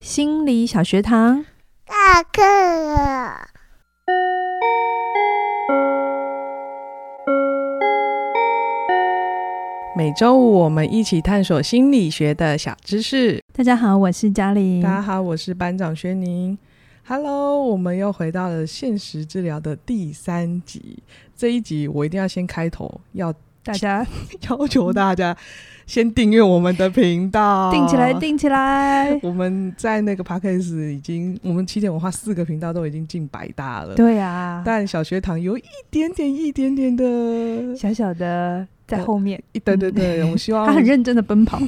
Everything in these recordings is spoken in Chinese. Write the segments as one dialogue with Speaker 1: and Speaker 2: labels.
Speaker 1: 心理小学堂。
Speaker 2: 下课了。
Speaker 3: 每周五我们一起探索心理学的小知识。
Speaker 1: 大家好，我是嘉玲
Speaker 3: 大。家好，我是班长轩宁。Hello，我们又回到了现实治疗的第三集。这一集我一定要先开头，要
Speaker 1: 大家
Speaker 3: 要求大家先订阅我们的频道，。
Speaker 1: 定起来，定起来
Speaker 3: 我们在那个 podcast 已经，我们起点文化四个频道都已经近百大了，
Speaker 1: 对啊，
Speaker 3: 但小学堂有一点点、一点点 的，
Speaker 1: 小小的在后面，
Speaker 3: 一对对对，我希
Speaker 1: 嗯
Speaker 3: 望
Speaker 1: 他很认真的奔跑。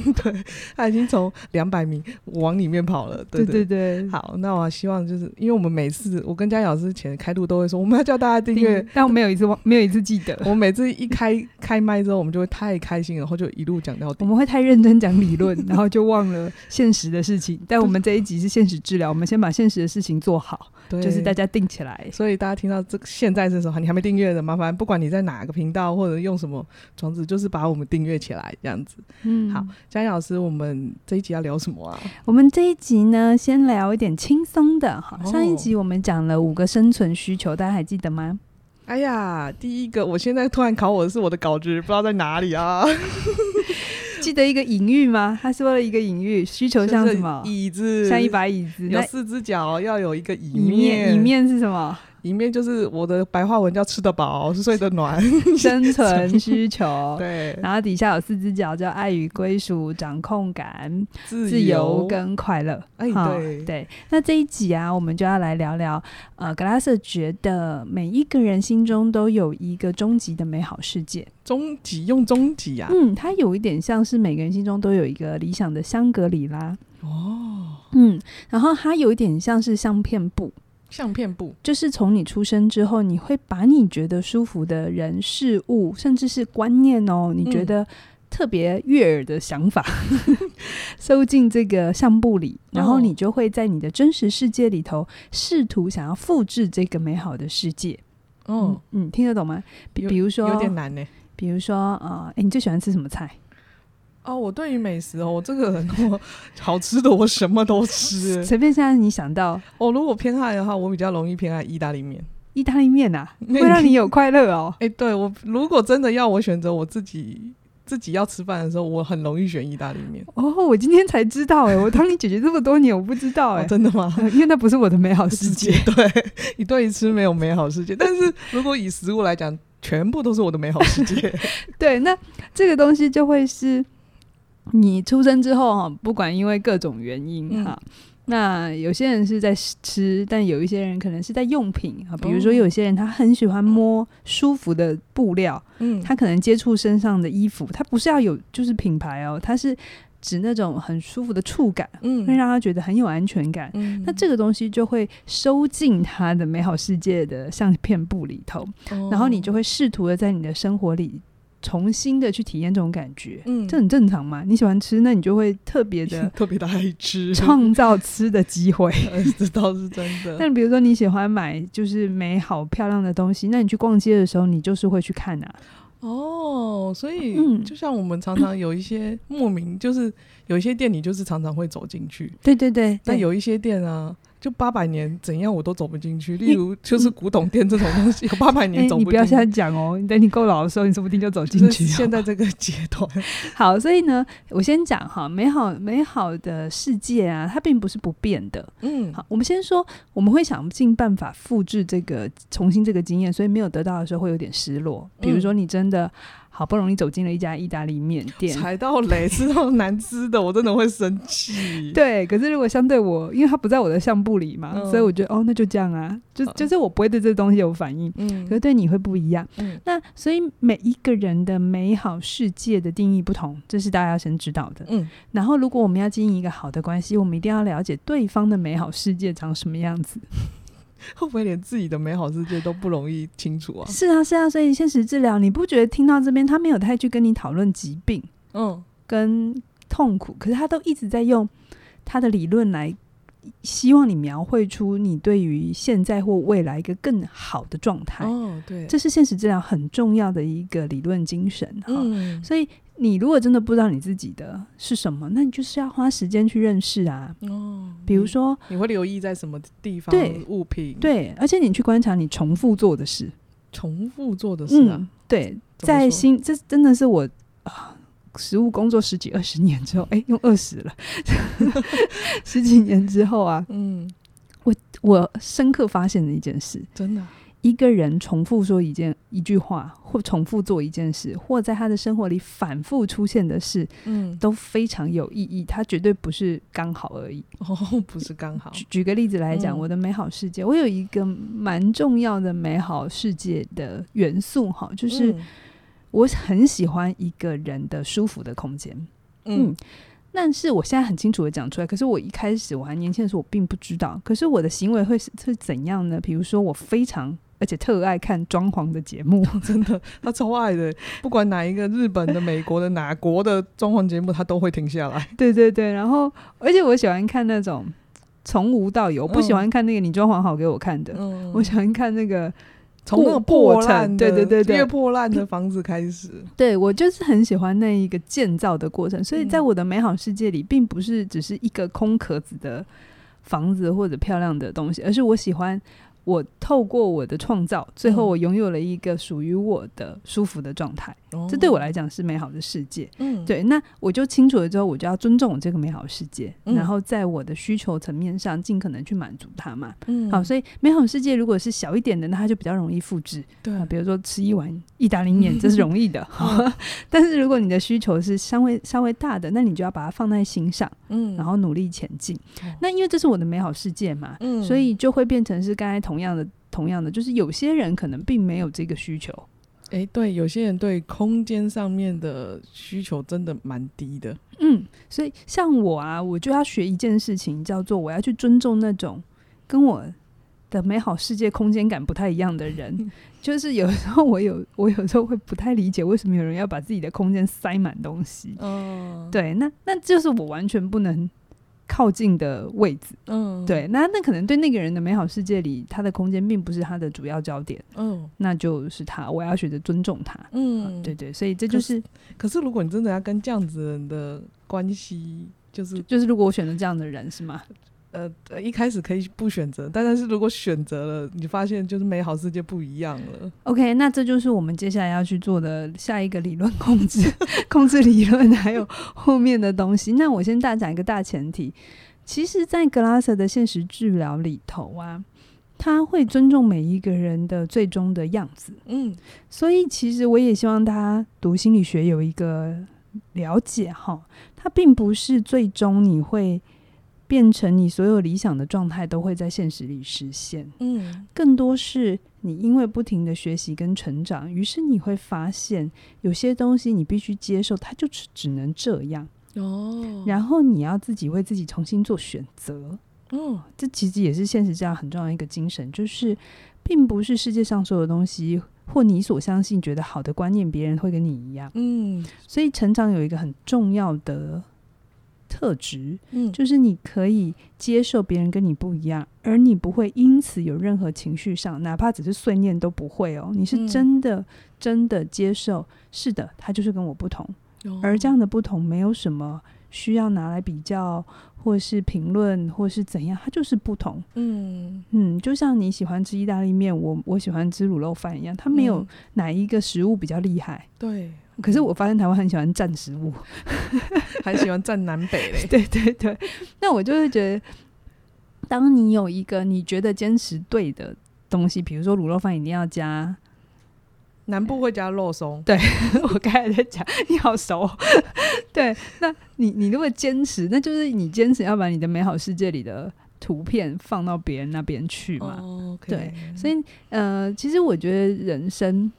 Speaker 3: 他已经从两百米往里面跑了，对
Speaker 1: 对
Speaker 3: 对。
Speaker 1: 对，
Speaker 3: 好，那我希望就是因为我们每次我跟嘉颖老师前开录都会说，我们要叫大家订阅
Speaker 1: 定。，但我没有一次忘，没有一次记得。
Speaker 3: 我们每次一开开麦之后，我们就会太开心了，然后就一路讲到
Speaker 1: 我
Speaker 3: 底。
Speaker 1: 们会太认真讲理论，然后就忘了 现实的事情。但我们这一集是现实治疗，我们先把现实的事情做好，
Speaker 3: 对，
Speaker 1: 就是大。家定起来。
Speaker 3: 所以大家听到这个现在这时候，你还没订阅的，麻烦不管你在哪个频道或者用什么装置，就是把我们订阅起来，这样子。
Speaker 1: 嗯
Speaker 3: 好嘉颖老师，我们这一集要聊什么啊？
Speaker 1: 我们这一集呢，先聊一点轻松的哈。
Speaker 3: 哦
Speaker 1: 上一集我们讲了五个生存需求，大家还记得吗？
Speaker 3: 哎呀，第一个，我现在突然考我的是我的稿子，不知道在哪 里啊。
Speaker 1: 记得一个隐喻吗？他说了一个隐喻，需求像什么
Speaker 3: 就？是椅子，
Speaker 1: 像一把椅子。
Speaker 3: 有
Speaker 1: 那
Speaker 3: 四只脚，要有一个椅
Speaker 1: 椅面，椅面是什 么？
Speaker 3: 椅面就是我的白话文叫吃得饱，睡得暖。
Speaker 1: 生存需求。
Speaker 3: 对，
Speaker 1: 然后底下有四只脚，叫爱与归属、掌控感、
Speaker 3: 自
Speaker 1: 自由跟快乐。
Speaker 3: 哎
Speaker 1: 哈
Speaker 3: 对
Speaker 1: 对，那这一集啊，我们就要来聊聊，呃，格拉瑟觉得每一个人心中都有一个终极的美好世界。
Speaker 3: 终极用终极啊，
Speaker 1: 嗯，它有一点像是每个人心中都有一个理想的香格里拉。哦，嗯，然后它有一点像是相片簿，
Speaker 3: 相片布，
Speaker 1: 就是从你出生之后，你会把你觉得舒服的人、事物，甚至是观念哦，你
Speaker 3: 嗯
Speaker 1: 觉得特别悦耳的想法， 收进这个相簿里，然后
Speaker 3: 哦
Speaker 1: 你就会在你的真实世界里头，试图想要复制这个美好的世界。
Speaker 3: 嗯，啊
Speaker 1: 嗯，听得懂吗？比
Speaker 3: 有
Speaker 1: 比如说，
Speaker 3: 有点难呢。
Speaker 1: 比如说，呃，诶你最喜欢吃什么菜？
Speaker 3: 哦，我对于美食哦，我这个人我好吃的我什么都 吃。
Speaker 1: 随便现在你想到
Speaker 3: 哦，如果偏爱的话，我比较容易偏爱意大利 面。
Speaker 1: 意大利面啊，
Speaker 3: 那
Speaker 1: 会让你有快乐哦。
Speaker 3: 哎，对我如果真的要我选择我自己自己要吃饭的时候，我很容易选意大利面。
Speaker 1: 哦，我今天才知道哎、我当你姐姐这么多年，我不知 道哎、
Speaker 3: 哦，真的吗？
Speaker 1: 呃因为那不是我的美好世界。
Speaker 3: 对，一对一吃没有美好世界，但是如果以食物来讲，全部都是我的美好世界。
Speaker 1: 对，那这个东西就会是你出生之后哈，不管因为各种原因
Speaker 3: 嗯
Speaker 1: 哈。那有些人是在吃，但有一些人可能是在用品啊，比如说
Speaker 3: 哦
Speaker 1: 有些人他很喜欢摸舒服的布料，
Speaker 3: 嗯，
Speaker 1: 他可能接触身上的衣服，他不是要有就是品牌哦，他是指那种很舒服的触感，
Speaker 3: 嗯
Speaker 1: 会让他觉得很有安全感。
Speaker 3: 嗯
Speaker 1: 那这个东西就会收进他的美好世界的相片簿里头，
Speaker 3: 哦
Speaker 1: 然后你就会试图的在你的生活里重新的去体验这种感觉，
Speaker 3: 嗯
Speaker 1: 这很正常嘛。你喜欢吃，那你就会特别 的
Speaker 3: 特别的爱吃，
Speaker 1: 创造吃的机 会。
Speaker 3: 呃 这倒是真的。
Speaker 1: 但比如说你喜欢买就是美好漂亮的东西，那你去逛街的时候，你就是会去看啊。
Speaker 3: 哦，所以
Speaker 1: 嗯
Speaker 3: 就像我们常常有一些莫名，就是有一些店你就是常常会走进去，
Speaker 1: 对对对，
Speaker 3: 但
Speaker 1: 对
Speaker 3: 有一些店啊。就八百年怎样我都走不进去，例
Speaker 1: 你
Speaker 3: 如就是古董店这种东 西，有八百
Speaker 1: 哎
Speaker 3: 年走
Speaker 1: 你
Speaker 3: 不
Speaker 1: 不要
Speaker 3: 进
Speaker 1: 现在
Speaker 3: 去。
Speaker 1: 讲哦，等你够老的时候，你说不定就走进
Speaker 3: 就是
Speaker 1: 去、哦
Speaker 3: 现在啊这个阶段，
Speaker 1: 好，所以呢，我先讲哈，美好美好的世界啊，它并不是不变的。
Speaker 3: 嗯，
Speaker 1: 好，我们先说，我们会想尽办法复制这个重新这个经验，所以没有得到的时候会有点失落。比如
Speaker 3: 嗯
Speaker 1: 说，你真的好不容易走进了一家意大利面店，
Speaker 3: 踩到 雷吃到难吃的，我真的会生气。
Speaker 1: 对。可是如果相对我，因为它不在我的相簿里嘛，所以
Speaker 3: 嗯
Speaker 1: 我觉得哦，那就这样啊，就
Speaker 3: 嗯
Speaker 1: 就是我不会对这东西有反应。
Speaker 3: 嗯
Speaker 1: 可是对你会不一样，
Speaker 3: 嗯
Speaker 1: 那所以每一个人的美好世界的定义不同，这是大家要先知道的。
Speaker 3: 嗯，
Speaker 1: 然后，如果我们要经营一个好的关系，我们一定要了解对方的美好世界长什么样子。
Speaker 3: 会不会连自己的美好世界都不容易清楚啊？
Speaker 1: 是啊，是啊，所以现实治疗，你不觉得听到这边他没有太去跟你讨论疾病
Speaker 3: 嗯，
Speaker 1: 跟痛苦，可是他都一直在用他的理论来希望你描绘出你对于现在或未来一个更好的状态。
Speaker 3: 哦，对，
Speaker 1: 这是现实治疗很重要的一个理论精神哈。
Speaker 3: 嗯，
Speaker 1: 所以你如果真的不知道你自己的是什么，那你就是要花时间去认识啊。
Speaker 3: 哦，
Speaker 1: 比如说，
Speaker 3: 你会留意在什么地方
Speaker 1: 对
Speaker 3: 物品
Speaker 1: 对，而且你去观察你重复做的事，
Speaker 3: 重复做的事啊？
Speaker 1: 嗯，对，
Speaker 3: 怎么
Speaker 1: 在
Speaker 3: 说
Speaker 1: 新这真的是我啊，实务工作十几二十年之后，哎、用二十了， 十几年之后啊，
Speaker 3: 嗯，
Speaker 1: 我深刻发现的一件事：
Speaker 3: 真的啊
Speaker 1: 一个人重复说一件一句话，或重复做一件事，或在他的生活里反复出现的事，
Speaker 3: 嗯，
Speaker 1: 都非常有意义。它绝对不是刚好而已。
Speaker 3: 哦，不是刚好
Speaker 1: 举举个例子来讲，
Speaker 3: 嗯
Speaker 1: 我的美好世界，我有一个蛮重要的美好世界的元素哈，就是
Speaker 3: 嗯
Speaker 1: 我很喜欢一个人的舒服的空间。嗯
Speaker 3: 嗯，
Speaker 1: 但是我现在很清楚的讲出来，可是我一开始我还年轻的时候，我并不知道。可是我的行为会是会怎样呢？比如说，我非常而且特爱看装潢的节目，
Speaker 3: 真的，他超爱的，不管哪一个日本的、美国的、哪国的装潢节目，他都会停下来。
Speaker 1: 对对对。然后，而且我喜欢看那种从无到有，我不喜欢看那个你装潢好给我看的，
Speaker 3: 嗯
Speaker 1: 我喜欢看那个。
Speaker 3: 从那个
Speaker 1: 破
Speaker 3: 破烂
Speaker 1: 烂
Speaker 3: 的，
Speaker 1: 对对对对
Speaker 3: 越破烂的房子开始。
Speaker 1: 对我就是很喜欢那一个建造的过程，所以在
Speaker 3: 嗯
Speaker 1: 我的美好世界里，并不是只是一个空壳子的房子或者漂亮的东西，而是我喜欢我透过我的创造，最后
Speaker 3: 嗯
Speaker 1: 我拥有了一个属于我的舒服的状态，这对我来讲是美好的世界。
Speaker 3: 哦嗯，
Speaker 1: 对，那我就清楚了之后，我就要尊重我这个美好世界，
Speaker 3: 嗯
Speaker 1: 然后在我的需求层面上尽可能去满足它嘛。
Speaker 3: 嗯
Speaker 1: 好，所以美好世界如果是小一点的，那它就比较容易复制。
Speaker 3: 对
Speaker 1: 啊，比如说吃一碗意大利面，这是容 易的。
Speaker 3: 嗯
Speaker 1: 但是如果你的需求是稍微稍微大的，那你就要把它放在心上，
Speaker 3: 嗯
Speaker 1: 然后努力前进。
Speaker 3: 哦
Speaker 1: 那因为这是我的美好世界嘛，
Speaker 3: 嗯
Speaker 1: 所以就会变成是刚才同样的同样的，就是有些人可能并没有这个需求。
Speaker 3: 哎、对，有些人对空间上面的需求真的蛮低的。
Speaker 1: 嗯，所以像我啊，我就要学一件事情，叫做我要去尊重那种跟我的美好世界空间感不太一样的
Speaker 3: 嗯
Speaker 1: 人。就是有时候我有我有时候会不太理解，为什么有人要把自己的空间塞满东 西。
Speaker 3: 嗯，，
Speaker 1: 对，那那就是我完全不能靠近的位置。
Speaker 3: 嗯，，
Speaker 1: 对，那那可能对那个人的美好世界里，他的空间并不是他的主要焦点，
Speaker 3: 嗯
Speaker 1: 那就是他，我要学着尊重他。啊
Speaker 3: 嗯，
Speaker 1: 对。对，所以这就是
Speaker 3: 可是如果你真的要跟这样子人的关系，就是
Speaker 1: 就是如果我选择这样的人是吗？
Speaker 3: 呃，呃一开始可以不选择，但但是如果选择了，你发现就是美好世界不一样了。
Speaker 1: OK，那这就是我们接下来要去做的下一个理论控制、 控制理论，还有后面的东西。那我先大讲一个大前提，其实，在格拉斯的现实治疗里头啊，他会尊重每一个人的最终的样子。
Speaker 3: 嗯
Speaker 1: 所以，其实我也希望大家读心理学有一个了解哈，它并不是最终你会变成你所有理想的状态都会在现实里实现。
Speaker 3: 嗯
Speaker 1: 更多是你因为不停的学习跟成长，于是你会发现有些东西你必须接受，它就只只能这样。
Speaker 3: 哦，
Speaker 1: 然后你要自己为自己重新做选择，
Speaker 3: 嗯
Speaker 1: 这其实也是现实这样很重要的一个精神，就是并不是世界上所有东西或你所相信觉得好的观念，别人会跟你一样。
Speaker 3: 嗯
Speaker 1: 所以成长有一个很重要的特质，
Speaker 3: 嗯，
Speaker 1: 就是你可以接受别人跟你不一样，而你不会因此有任何情绪上，哪怕只是碎念都不会哦。你是
Speaker 3: 嗯
Speaker 1: 真的、真的接受，是的，他就是跟我不同，
Speaker 3: 哦
Speaker 1: 而这样的不同没有什么需要拿来比较，或是评论，或是怎样，他就是不同。
Speaker 3: 嗯，
Speaker 1: 嗯，就像你喜欢吃意大利面，我我喜欢吃卤肉饭一样，它没有
Speaker 3: 嗯
Speaker 1: 哪一个食物比较厉害。
Speaker 3: 对，
Speaker 1: 可是我发现台湾很喜欢蘸食物，
Speaker 3: 还喜欢站南北嘞。
Speaker 1: 对对对，那我就会觉得，当你有一个你觉得坚持对的东西，比如说卤肉饭一定要 加，
Speaker 3: 南部会加肉 松，
Speaker 1: 我刚才在讲你好熟哦，对，那你你如果坚持，那就是你坚持要把你的美好世界里的图片放到别人那边去嘛。
Speaker 3: 哦，OK，
Speaker 1: 对所以呃，其实我觉得人生，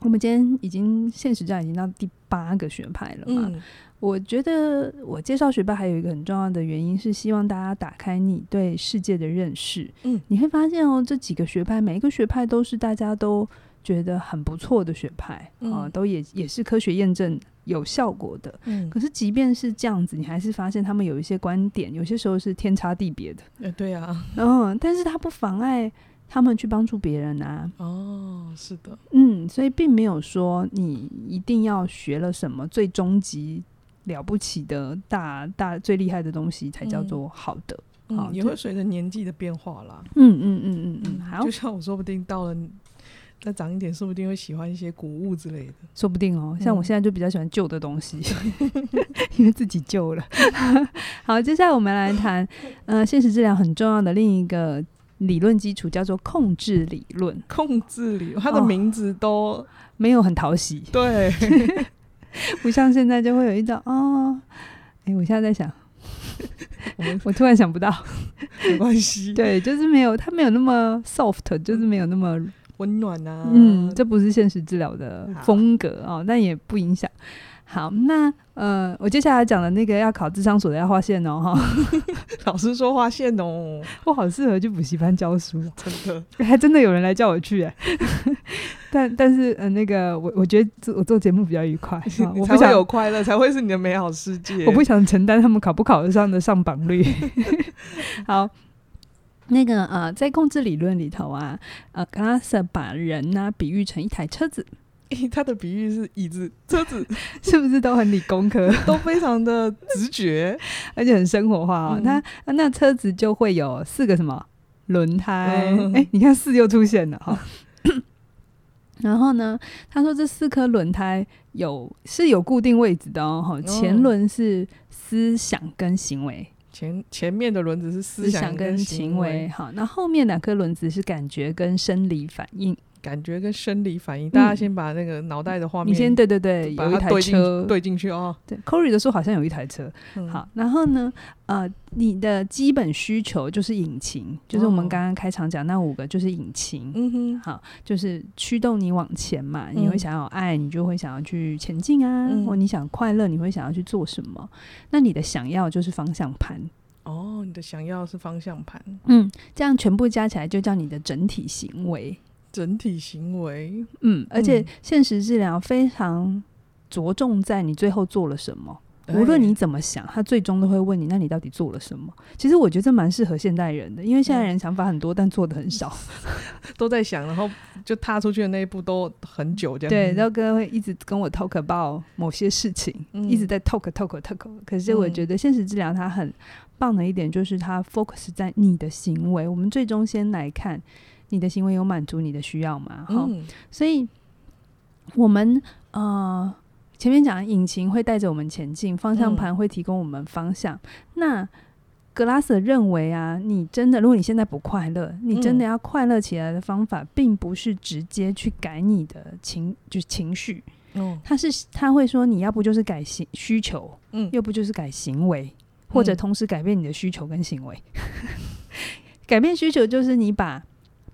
Speaker 1: 我们今天已经现实战已经到第八个学派了嘛，
Speaker 3: 嗯
Speaker 1: 我觉得我介绍学霸还有一个很重要的原因是希望大家打开你对世界的认识。
Speaker 3: 嗯，
Speaker 1: 你会发现哦，这几个学派每一个学派都是大家都觉得很不错的学派啊、
Speaker 3: 嗯
Speaker 1: 都也也是科学验证有效果的。
Speaker 3: 嗯，
Speaker 1: 可是即便是这样子，你还是发现他们有一些观点，有些时候是天差地别的。
Speaker 3: 呃对啊，
Speaker 1: 嗯，但是它不妨碍。他们去帮助别人啊。
Speaker 3: 哦，是的，
Speaker 1: 嗯，所以并没有说你一定要学了什么最终极了不起的大大最厉害的东西才
Speaker 3: 嗯
Speaker 1: 叫做好的。好
Speaker 3: 嗯，也
Speaker 1: 就
Speaker 3: 会随着年纪的变化啦。
Speaker 1: 嗯嗯嗯嗯嗯，好
Speaker 3: 就，像我说不定到了再长一点，说不定会喜欢一些古物之类的。
Speaker 1: 说不定哦。像我
Speaker 3: 嗯
Speaker 1: 现在就比较喜欢旧的东 西，因为自己旧了。 好，接下来我们来谈，呃，现实治疗很重要的另一个理论基础叫做控制理论，
Speaker 3: 控制里，它的
Speaker 1: 哦
Speaker 3: 名字都、
Speaker 1: 没有很讨喜，
Speaker 3: 对，
Speaker 1: 不像现在就会有一种哦，哎，我现在在想，
Speaker 3: 我们
Speaker 1: 我突然想不到。
Speaker 3: 没关 系，
Speaker 1: 对，就是没有，它没有那么 soft，就是没有那么，
Speaker 3: 温暖啊，
Speaker 1: 嗯，这不是现实治疗的风格哦，但也不影响。好，那呃，我接下来讲的那个要考智商所的要画线哦，哈，
Speaker 3: 老师说话线哦，
Speaker 1: 我好适合去补习班教书，啊
Speaker 3: 真的，
Speaker 1: 还真的有人来叫我去哎， 但但是呃，那个我我觉得做我做节目比较愉快， 啊
Speaker 3: 你
Speaker 1: 我
Speaker 3: 才
Speaker 1: 不
Speaker 3: 会
Speaker 1: 想
Speaker 3: 有快乐，才会是你的美好世界。
Speaker 1: 我不想承担他们考不考得上的上榜 率。好，那个呃，在控制理论里头啊，呃 g l a s 把人呢、比喻成一台车子，
Speaker 3: 诶 他的比喻是椅子、车子
Speaker 1: 是不是都很理工 科，
Speaker 3: 都非常的直觉，
Speaker 1: 而且很生活化哦？
Speaker 3: 嗯
Speaker 1: 那那车子就会有四个什么轮胎？哎、
Speaker 3: 嗯
Speaker 1: 你看四又出现了 哈。然后呢，他说这四颗轮胎有是有固定位置的哦，哈，前
Speaker 3: 嗯
Speaker 1: 轮是思想跟行为，
Speaker 3: 前前面的轮子是
Speaker 1: 思
Speaker 3: 思
Speaker 1: 想跟
Speaker 3: 跟
Speaker 1: 行
Speaker 3: 行
Speaker 1: 为，好，那后面两颗轮子是感觉跟生理反应。
Speaker 3: 感觉跟生理反应。大家
Speaker 1: 嗯
Speaker 3: 先把那个脑袋的画面，
Speaker 1: 你嗯先对对对，
Speaker 3: 把
Speaker 1: 有一
Speaker 3: 它
Speaker 1: 台
Speaker 3: 对
Speaker 1: 车
Speaker 3: 进。对进去哦。
Speaker 1: 对，Corey 的说好像有一台车。
Speaker 3: 嗯，
Speaker 1: 好，然后呢，呃，你的基本需求就是引擎，就是我们
Speaker 3: 哦
Speaker 1: 刚刚开场讲那五个就是引擎。
Speaker 3: 嗯哼，
Speaker 1: 好，就是驱动你往前嘛，你会
Speaker 3: 嗯
Speaker 1: 想要有爱，你就会想要去前进啊；
Speaker 3: 嗯
Speaker 1: 或你想快乐，你会想要去做什么？那你的想要就是方向盘，
Speaker 3: 哦，你的想要是方向盘，
Speaker 1: 嗯，这样全部加起来就叫你的整体行为。
Speaker 3: 整体行为，
Speaker 1: 嗯，而且
Speaker 3: 嗯
Speaker 1: 现实治疗非常着重在你最后做了什么，无论
Speaker 3: 哎
Speaker 1: 你怎么想，他最终都会问你，那你到底做了什么？其实我觉得这蛮适合现代人的，因为现代人想法很多，但做的很少。
Speaker 3: 嗯 哎都在想，然后就踏出去的那一步都很久这样。
Speaker 1: 对，肉哥会一直跟我 talk about 某些事情，
Speaker 3: 嗯
Speaker 1: 一直在 talk talk talk。可是我
Speaker 3: 嗯
Speaker 1: 觉得现实治疗它很棒的一点就是它 focus 在你的行为，我们最终先来看你的行为有满足你的需要吗？哈、
Speaker 3: 嗯，
Speaker 1: 所以我们呃前面讲引擎会带着我们前进，方向盘会提供我们方向。那格拉斯认为啊，你真的，如果你现在不快乐，你真的要快乐起来的方法，并不是直接去改你的情，就是情绪，
Speaker 3: 哦，
Speaker 1: 他是他会说，你要不就是改行需求，
Speaker 3: 嗯
Speaker 1: 要不就是改行为，或者
Speaker 3: 嗯
Speaker 1: 同时改变你的需求跟行为。 改变需求就是你把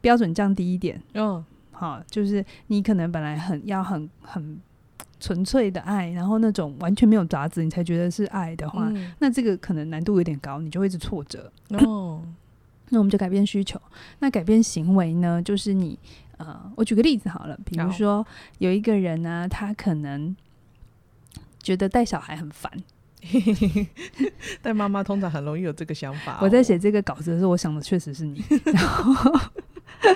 Speaker 1: 标准降低一点，
Speaker 3: 嗯，
Speaker 1: 好，就是你可能本来很要很很纯粹的爱，然后那种完全没有杂质，你才觉得是爱的话，
Speaker 3: 嗯
Speaker 1: 那这个可能难度有点高，你就会一直挫折。
Speaker 3: 哦，
Speaker 1: 那我们就改变需求，那改变行为呢？就是你呃，我举个例子好了，比如
Speaker 3: 好
Speaker 1: 说有一个人呢、他可能觉得带小孩很烦。
Speaker 3: 但妈妈通常很容易有这个想法哦。
Speaker 1: 我在写这个稿子的时候，我想的确实是 你。然后，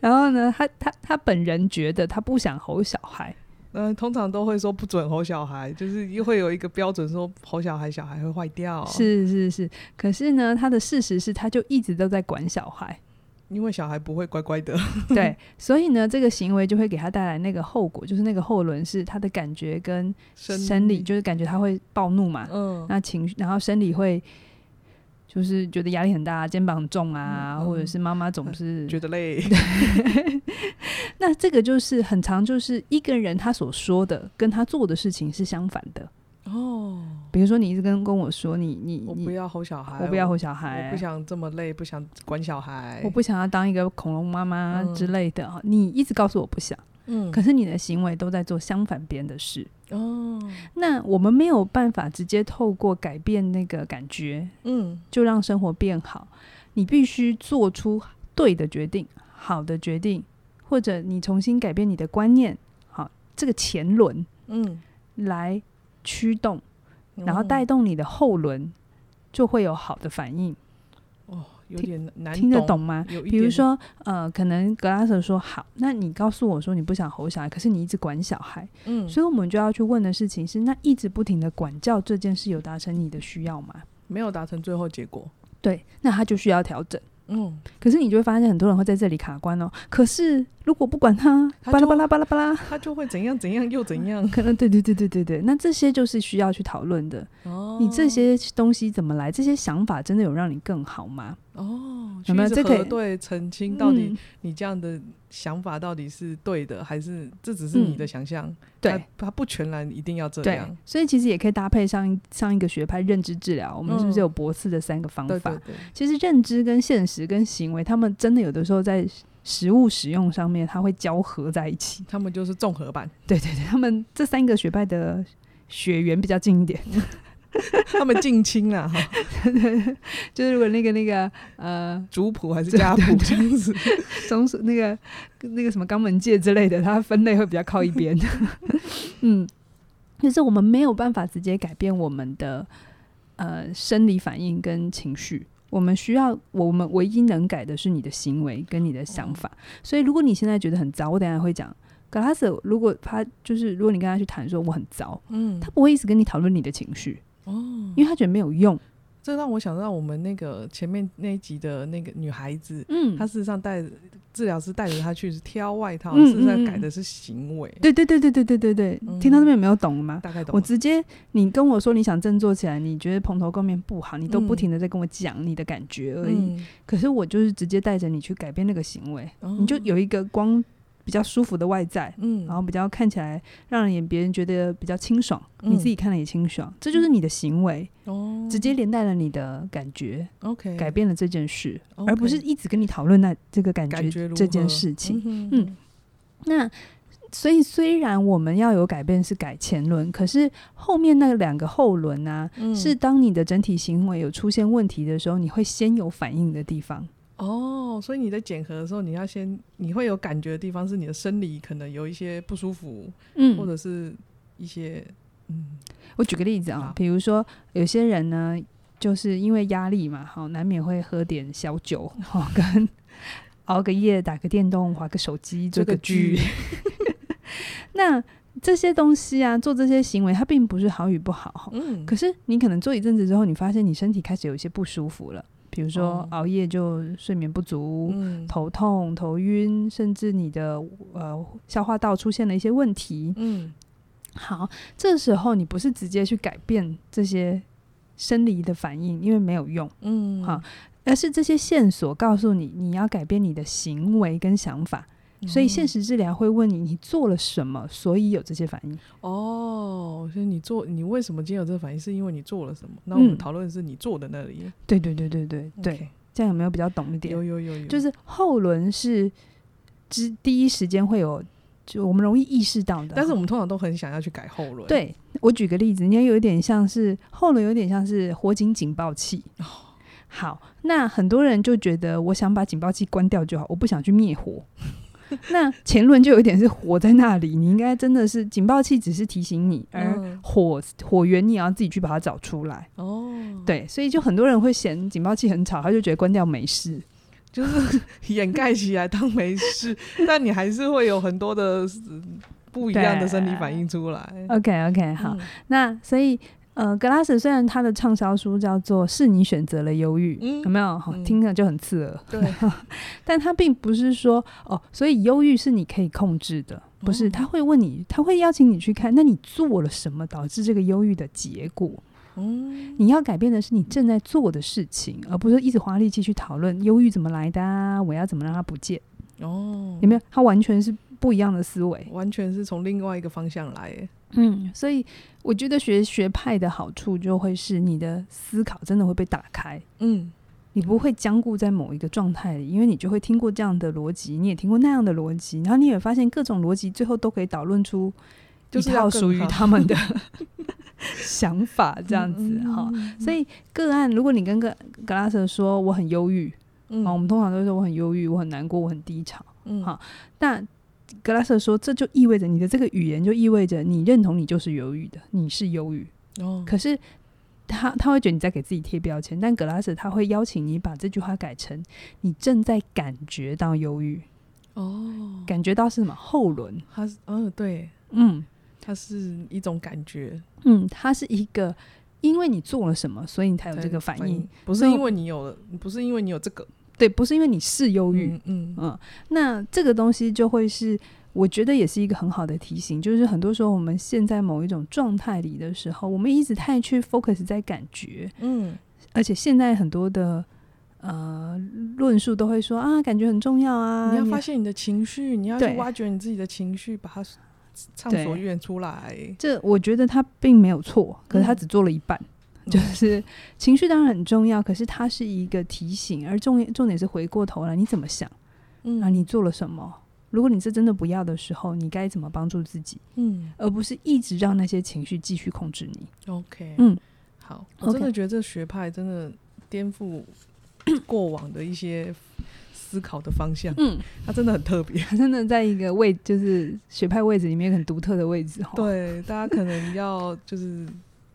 Speaker 1: 然后呢，他他他本人觉得他不想吼小孩，
Speaker 3: 呃，通常都会说不准吼小孩，就是又会有一个标准说吼小孩，小孩会坏掉，
Speaker 1: 是是是，可是呢，他的事实是，他就一直都在管小 孩，
Speaker 3: 因为小孩不会乖乖的。
Speaker 1: 对，所以呢，这个行为就会给他带来那个后果，就是那个后轮是他的感觉跟生理，就是啊感觉他会暴怒嘛，
Speaker 3: 嗯，
Speaker 1: 那情绪，然后生理会就是觉得压力很大，肩膀很重啊，
Speaker 3: 嗯
Speaker 1: 或者是妈妈总
Speaker 3: 嗯
Speaker 1: 是
Speaker 3: 觉 得累，
Speaker 1: 那这个就是很常就是一个人他所说的跟他做的事情是相反的，
Speaker 3: 哦，
Speaker 1: 比如说你一直跟跟我说你你
Speaker 3: 我
Speaker 1: 你
Speaker 3: 不要吼小孩，
Speaker 1: 我不要吼小孩，
Speaker 3: 我不想这么累，不想管小孩，
Speaker 1: 我，不想要当一个恐龙妈妈
Speaker 3: 嗯
Speaker 1: 之类的啊、你一直告诉我不想，
Speaker 3: 嗯，
Speaker 1: 可是你的行为都在做相反边的事。
Speaker 3: 哦，
Speaker 1: 那我们没有办法直接透过改变那个感觉
Speaker 3: 嗯，
Speaker 1: 就让生活变好，你必须做出对的决定、好的决定，或者你重新改变你的观念，好，这个前轮
Speaker 3: 嗯，
Speaker 1: 来驱动，然后
Speaker 3: 哦
Speaker 1: 带动你的后轮，就会有好的反应。
Speaker 3: 哦，有点难
Speaker 1: 听得懂吗？
Speaker 3: 有一
Speaker 1: 比如
Speaker 3: 点
Speaker 1: 说，呃，可能格拉斯说好，那你告诉我说你不想吼小孩，可是你一直管小孩，
Speaker 3: 嗯，
Speaker 1: 所以我们就要去问的事情是，那一直不停的管教这件事有达成你的需要吗？
Speaker 3: 没有达成最后结果。
Speaker 1: 对，那他就需要调整。
Speaker 3: 嗯，
Speaker 1: 可是你就会发现很多人会在这里卡关哦。可是如果不管他，
Speaker 3: 他
Speaker 1: 巴拉
Speaker 3: 就
Speaker 1: 巴拉巴拉巴拉，
Speaker 3: 他就会怎样怎样又怎样。
Speaker 1: 可能对对对对对对，那这些就是需要去讨论的。
Speaker 3: 哦，
Speaker 1: 你这些东西怎么来？这些想法真的有让你更好吗？
Speaker 3: 哦，
Speaker 1: 有没有
Speaker 3: 去一直
Speaker 1: 这可以
Speaker 3: 核对澄清到底
Speaker 1: 嗯
Speaker 3: 你这样的想法到底是对的，还是这只是你的想象？
Speaker 1: 嗯对。
Speaker 3: 它，它不全然一定要这
Speaker 1: 对
Speaker 3: 样。，
Speaker 1: 所以其实也可以搭配上一上一个学派认知治疗，我们是不是
Speaker 3: 嗯
Speaker 1: 有博士的三个方法？
Speaker 3: 对对对，
Speaker 1: 其实认知跟现实跟行为，他们真的有的时候在食物使用上面，它会交合在一起。
Speaker 3: 他们就是综合版，
Speaker 1: 对对对，他们这三个学派的血缘比较近一点，
Speaker 3: 他们近亲啦，哈，
Speaker 1: 就是如果那个那个呃
Speaker 3: 族谱还是家谱这样子。
Speaker 1: 中枢那个那个什么肛门界之类的，它分类会比较靠一 边。嗯，就是我们没有办法直接改变我们的呃生理反应跟情绪。我们需要，我们唯一能改的是你的行为跟你的想法。所以，如果你现在觉得很糟，我等一下会讲。格拉斯，如果他就是，如果你跟他去谈说我很糟，
Speaker 3: 嗯
Speaker 1: 他，不会一直跟你讨论你的情绪，
Speaker 3: 哦，
Speaker 1: 因为他觉得没有用。
Speaker 3: 这让我想到我们那个前面那一集的那个女孩子，
Speaker 1: 嗯
Speaker 3: 她事实上带治疗师带着她去挑外套，
Speaker 1: 嗯
Speaker 3: 事实上
Speaker 1: 嗯
Speaker 3: 改的是行为。
Speaker 1: 对对对对对对对对，
Speaker 3: 嗯
Speaker 1: 听到这边有没有懂了吗？
Speaker 3: 大概懂
Speaker 1: 我
Speaker 3: 了。
Speaker 1: 直接，你跟我说你想振作起来，你觉得蓬头垢面不好，你都
Speaker 3: 嗯
Speaker 1: 不停的在跟我讲你的感觉而已。
Speaker 3: 嗯
Speaker 1: 可是我就是直接带着你去改变那个行为，
Speaker 3: 哦
Speaker 1: 嗯你就有一个光比较舒服的外在，
Speaker 3: 嗯
Speaker 1: 然后比较看起来让人别人觉得比较清爽，
Speaker 3: 嗯
Speaker 1: 你自己看了也清爽，这就是你的行为，
Speaker 3: 哦
Speaker 1: 直接连带了你的感觉，
Speaker 3: OK
Speaker 1: 改变了这件事，
Speaker 3: OK
Speaker 1: 而不是一直跟你讨论那这个感
Speaker 3: 感觉如
Speaker 1: 这件
Speaker 3: 何
Speaker 1: 事情。
Speaker 3: 嗯
Speaker 1: 嗯那所以虽然我们要有改变是改前轮，可是后面那两个后轮呢、
Speaker 3: 嗯
Speaker 1: 是当你的整体行为有出现问题的时候，你会先有反应的地方。
Speaker 3: 哦，所以你在检核的时候，你要先你会有感觉的地方是你的生理可能有一些不舒服，
Speaker 1: 嗯
Speaker 3: 或者是一些嗯
Speaker 1: 我举个例子啊
Speaker 3: 好，
Speaker 1: 比如说有些人呢，就是因为压力嘛，好、难免会喝点小酒，好、跟 熬个夜、打个电动、划个手机、追个剧。 那这些东西啊，做这些行为，它并不是好与不好，哈、
Speaker 3: 嗯
Speaker 1: 可是你可能做一阵子之后，你发现你身体开始有一些不舒服了，比如说
Speaker 3: 哦
Speaker 1: 熬夜就睡眠不足、
Speaker 3: 嗯
Speaker 1: 头痛、头晕，甚至你的呃消化道出现了一些问题。
Speaker 3: 嗯
Speaker 1: 好，这时候你不是直接去改变这些生理的反应，因为没有用，
Speaker 3: 嗯
Speaker 1: 好而是这些线索告诉你你要改变你的行为跟想法。所以
Speaker 3: 嗯
Speaker 1: 现实治疗会问你，你做了什么，所以有这些反应。
Speaker 3: 哦，所以你做你为什么今天有这个反应，是因为你做了什么？那我们
Speaker 1: 嗯
Speaker 3: 讨论的是你做的那里，
Speaker 1: 对对对对对对
Speaker 3: OK，
Speaker 1: 这样有没有比较懂一点？
Speaker 3: 有有有有，
Speaker 1: 就是后轮是之第一时间会有，就我们容易意识到的。
Speaker 3: 但是我们通常都很想要去改后轮，，
Speaker 1: 对我举个例子，你也有一点像是后轮，有点像是火警警报器。
Speaker 3: 哦
Speaker 1: 好，那很多人就觉得我想把警报器关掉就好，我不想去灭 火。那前轮就有一点是火在那里，你应该真的是警报器只是提醒你，而
Speaker 3: 嗯
Speaker 1: 火火源你也要自己去把它找出来。
Speaker 3: 哦，
Speaker 1: 对，所以就很多人会嫌警报器很吵，他就觉得关掉没事。
Speaker 3: 就是掩盖起来当没事，但你还是会有很多的嗯不一样的生理反应出来。嗯
Speaker 1: OK OK，好，那所以呃，格拉斯虽然他的畅销书叫做《是你选择了忧郁》，
Speaker 3: 嗯
Speaker 1: 有没有？好
Speaker 3: 嗯
Speaker 1: 听着就很刺耳，
Speaker 3: 对，
Speaker 1: 但他并不是说哦，所以忧郁是你可以控制的，不是？
Speaker 3: 哦
Speaker 1: 他会问你，他会邀请你去看，那你做了什么导致这个忧郁的结果？
Speaker 3: 嗯，
Speaker 1: 你要改变的是你正在做的事情，而不是一直花力气去讨论忧郁怎么来的啊，我要怎么让它不见？
Speaker 3: 哦，
Speaker 1: 有没有？他完全是不一样的思维。
Speaker 3: 完全是从另外一个方向来耶？
Speaker 1: 嗯，所以我觉得学学派的好处就会是你的思考真的会被打开，
Speaker 3: 嗯，
Speaker 1: 你不会僵固在某一个状态里，因为你就会听过这样的逻辑，你也听过那样的逻辑，然后你也发现各种逻辑最后都可以导论出
Speaker 3: 就
Speaker 1: 一
Speaker 3: 是
Speaker 1: 套
Speaker 3: 要更
Speaker 1: 属于
Speaker 3: 好
Speaker 1: 他们 的想法，这样子
Speaker 3: 嗯
Speaker 1: 哈。，
Speaker 3: 嗯
Speaker 1: 所以个案，如果你跟个格拉斯说我很忧郁，
Speaker 3: 嗯
Speaker 1: 啊，我们通常都会说我很忧郁，我很难过，我很低潮。
Speaker 3: 嗯
Speaker 1: 好那格拉斯说，这就意味着你的这个语言就意味着你认同你就是忧郁的，你是忧郁。
Speaker 3: 哦，
Speaker 1: 可是他他会觉得你在给自己贴标签，但格拉斯他会邀请你把这句话改成你正在感觉到忧郁，
Speaker 3: 哦，
Speaker 1: 感觉到是什么后轮？
Speaker 3: 它是嗯对，
Speaker 1: 嗯
Speaker 3: 它是一种感觉，
Speaker 1: 嗯，它是一个因为你做了什么，所以你才有这个反应。
Speaker 3: 不是
Speaker 1: 所以
Speaker 3: 因为你有了，不是因为你有这个
Speaker 1: 对，不是因为你是忧郁，
Speaker 3: 嗯嗯
Speaker 1: 嗯，那这个东西就会是，我觉得也是一个很好的提醒，就是很多时候我们陷在某一种状态里的时候，我们一直太去 focus 在感觉，
Speaker 3: 嗯，
Speaker 1: 而且现在很多的呃论述都会说啊，感觉很重要啊，
Speaker 3: 你要发现你的情绪，你要
Speaker 1: 对
Speaker 3: 去挖掘你自己的情绪，把它畅所欲言出来。
Speaker 1: 这我觉得他并没有错，可是他
Speaker 3: 嗯
Speaker 1: 只做了一半。
Speaker 3: 嗯
Speaker 1: 就是情绪当然很重要，可是它是一个提醒，而重重点是回过头来你怎么想，
Speaker 3: 嗯
Speaker 1: 啊，你做了什么？如果你是真的不要的时候，你该怎么帮助自己？
Speaker 3: 嗯
Speaker 1: 而不是一直让那些情绪继续控制你。
Speaker 3: ，OK，
Speaker 1: 嗯，
Speaker 3: 好，我
Speaker 1: OK
Speaker 3: 真的觉得这学派真的颠覆 过往的一些思考的方向，
Speaker 1: 嗯，
Speaker 3: 它真的很特别。
Speaker 1: 他 真的在一个位，就是学派位置里面很独特的位置哈。，
Speaker 3: 对，大家可能要就是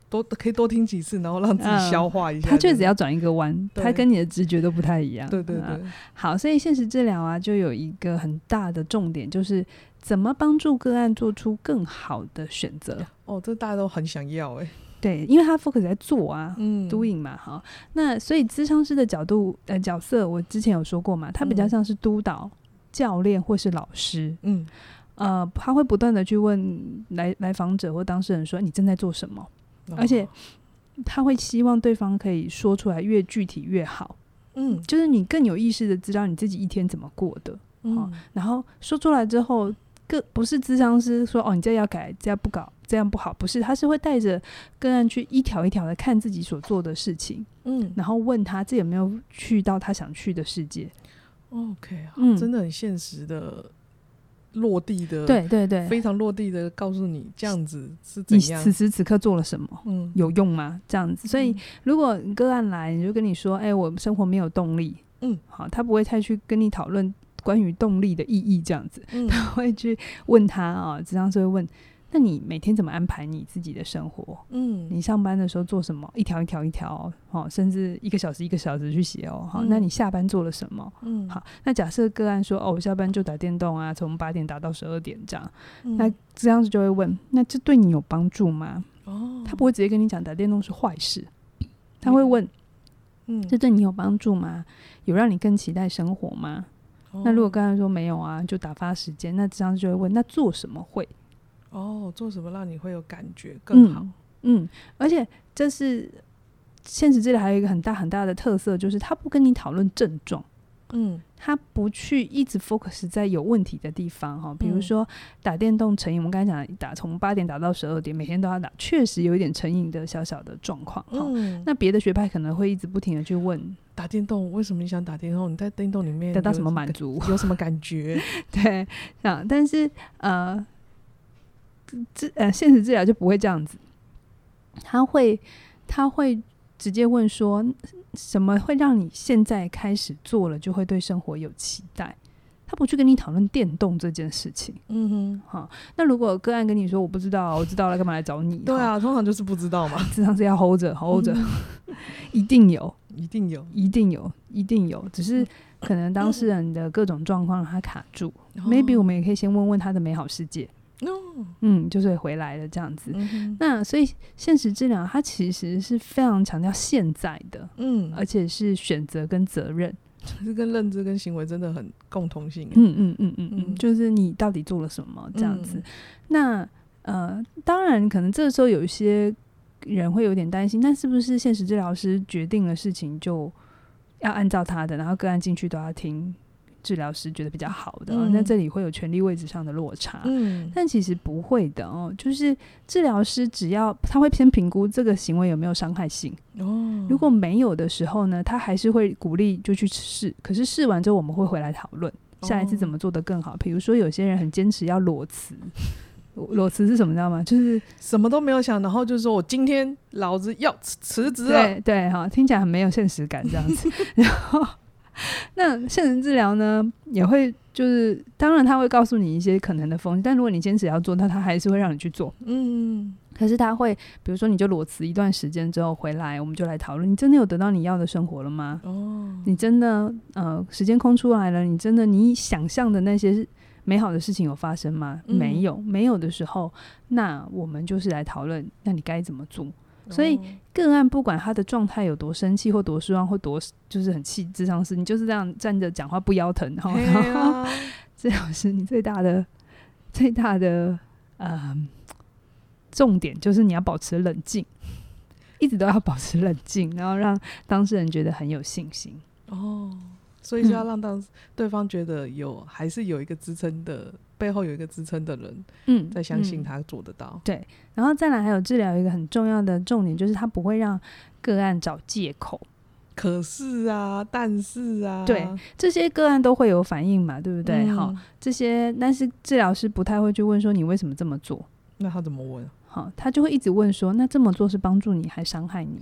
Speaker 3: 多可以多听几次，然后让自
Speaker 1: 嗯
Speaker 3: 己消化一下。
Speaker 1: 他确实
Speaker 3: 要，
Speaker 1: 要转一个弯，
Speaker 3: 对
Speaker 1: 他跟你的直觉都不太一样。
Speaker 3: 对对
Speaker 1: 啊
Speaker 3: 对，
Speaker 1: 好，所以现实治疗啊，就有一个很大的重点，就是怎么帮助个案做出更好的选择。
Speaker 3: 哦，这大家都很想要哎，
Speaker 1: 对，因为他 focus 在做啊。
Speaker 3: 嗯
Speaker 1: doing 嘛，哈，那所以咨商师的角度呃角色，我之前有说过嘛，他比较
Speaker 3: 嗯
Speaker 1: 像是督导、教练或是老师，
Speaker 3: 嗯
Speaker 1: 呃，他会不断的去问来来访者或当事人说你正在做什么，
Speaker 3: 哦
Speaker 1: 嗯而且他会希望对方可以说出来越具体越好，
Speaker 3: 嗯
Speaker 1: 就是你更有意识的知道你自己一天怎么过的，
Speaker 3: 嗯
Speaker 1: 然后说出来之后。个不是智商师说哦，你这要改，这样不搞，这样不好，不是，他是会带着个案去一条一条的看自己所做的事情，
Speaker 3: 嗯
Speaker 1: 然后问他这有没有去到他想去的世界。
Speaker 3: ，OK，好
Speaker 1: 嗯
Speaker 3: 真的很现实的落地的，，
Speaker 1: 对对对，
Speaker 3: 非常落地的告诉你这样子是
Speaker 1: 你
Speaker 3: 怎样
Speaker 1: 此，时此刻做了什么，
Speaker 3: 嗯，
Speaker 1: 有用吗？这样子，所以
Speaker 3: 嗯
Speaker 1: 如果个案来，你就跟你说，哎、我生活没有动力，
Speaker 3: 嗯，
Speaker 1: 好，他不会太去跟你讨论关于动力的意义这样子，
Speaker 3: 嗯
Speaker 1: 他会去问他啊，智商是会问，那你每天怎么安排你自己的生活？
Speaker 3: 嗯
Speaker 1: 你上班的时候做什么？一条一条一条哦，哦甚至一个小时一个小时去写哦，好、
Speaker 3: 嗯
Speaker 1: 那你下班做了什么？
Speaker 3: 嗯，
Speaker 1: 好，那假设个案说，哦，我下班就打电动啊，从八点打到十二点这样，
Speaker 3: 嗯，
Speaker 1: 那这样子就会问，那这对你有帮助吗？
Speaker 3: 哦，
Speaker 1: 他不会直接跟你讲打电动是坏事，他会问：
Speaker 3: 嗯，
Speaker 1: 这对你有帮助吗？有让你更期待生活吗？
Speaker 3: 哦
Speaker 1: 那如果刚才说没有啊，就打发时间，那这样就会问：那做什么会
Speaker 3: 哦，做什么让你会有感觉更好？？
Speaker 1: 嗯嗯，而且这是现实治疗还有一个很大很大的特色，就是他不跟你讨论症状。
Speaker 3: 嗯
Speaker 1: 他不去一直 focus 在有问题的地方哈，
Speaker 3: 嗯
Speaker 1: 比如说打电动成瘾，我们刚才讲打从八点打到十二点，每天都要打，确实有一点成瘾的小小的状况哈。
Speaker 3: 嗯，
Speaker 1: 那别的学派可能会一直不停的去问
Speaker 3: 打电动为什么你想打电动？你在电动里面
Speaker 1: 得到什么
Speaker 3: 嗯有
Speaker 1: 满足，
Speaker 3: 有什么 感觉？
Speaker 1: 对，啊，但是呃，治呃现实治疗就不会这样子，他会他会直接问说，什么会让你现在开始做了就会对生活有期待？他不去跟你讨论电动这件事情
Speaker 3: 嗯
Speaker 1: 哈、那如果个案跟你说我不知道啊，我知道了，干嘛来找你？
Speaker 3: 哼，对啊，嗯通常就是不知道嘛，
Speaker 1: 哈，智商是要 hold 着 hold 着， 一定有，
Speaker 3: 一定有。
Speaker 1: 一定有，一定有，只
Speaker 3: 嗯
Speaker 1: 是可能当事人的各种状况让他卡住。Maybe 我们也可以先问问他的美好世界，
Speaker 3: 哦
Speaker 1: 嗯，就是回来了这样子。
Speaker 3: 嗯哼
Speaker 1: 那所以现实治疗它其实是非常强调现在的，
Speaker 3: 嗯，
Speaker 1: 而且是选择跟责任。
Speaker 3: 这跟认知跟行为真的很共同性。
Speaker 1: 嗯嗯嗯嗯嗯，
Speaker 3: 嗯
Speaker 1: 就是你到底做了什么这样子。
Speaker 3: 嗯
Speaker 1: 那呃，当然可能这个时候有一些人会有点担心，那是不是现实治疗师决定了事情就要按照他的，然后个案进去都要听治疗师觉得比较好的？
Speaker 3: 嗯
Speaker 1: 那这里会有权力位置上的落差。
Speaker 3: 嗯，
Speaker 1: 但其实不会的哦，就是治疗师只要他会先评估这个行为有没有伤害性，
Speaker 3: 哦，
Speaker 1: 如果没有的时候呢，他还是会鼓励就去试。可是试完之后，我们会回来讨论下一次怎么做得更好。比如说，有些人很坚持要裸辞，裸辞是什么？你知道吗？就是
Speaker 3: 什么都没有想，然后就说我今天老子要辞辞职了。
Speaker 1: 对对哈，听起来很没有现实感这样子。然后，那现实治疗呢，也会就是，当然他会告诉你一些可能的风险，但如果你坚持要做，那他还是会让你去做。
Speaker 3: 嗯，
Speaker 1: 可是他会，比如说你就裸辞一段时间之后回来，我们就来讨论，你真的有得到你要的生活了吗？
Speaker 3: 哦，
Speaker 1: 你真的呃，时间空出来了，你真的你想象的那些美好的事情有发生吗？
Speaker 3: 嗯
Speaker 1: 没有，没有的时候，那我们就是来讨论，那你该怎么做？所以个案不管他的状态有多生气或多失望或多就是很气，智商师，你就是这样站着讲话不腰疼，哈，
Speaker 3: 哦嘿
Speaker 1: 然后
Speaker 3: 啊
Speaker 1: 这就是你最大的最大的呃重点，就是你要保持冷静，一直都要保持冷静，然后让当事人觉得很有信心。
Speaker 3: 哦，所以就要让当对方觉得有还是有一个支撑的，背后有一个支撑的人
Speaker 1: 嗯，
Speaker 3: 在相信
Speaker 1: 嗯
Speaker 3: 他做得到。
Speaker 1: 然后再来还有治疗一个很重要的重点，就是它不会让个案找借口。
Speaker 3: 可是啊，但是啊，
Speaker 1: 对这些个案都会有反应嘛，对不对？
Speaker 3: 嗯
Speaker 1: 好、，这些但是治疗师不太会去问说你为什么这么做，
Speaker 3: 那他怎么问？
Speaker 1: 好、他就会一直问说那这么做是帮助你还伤害你？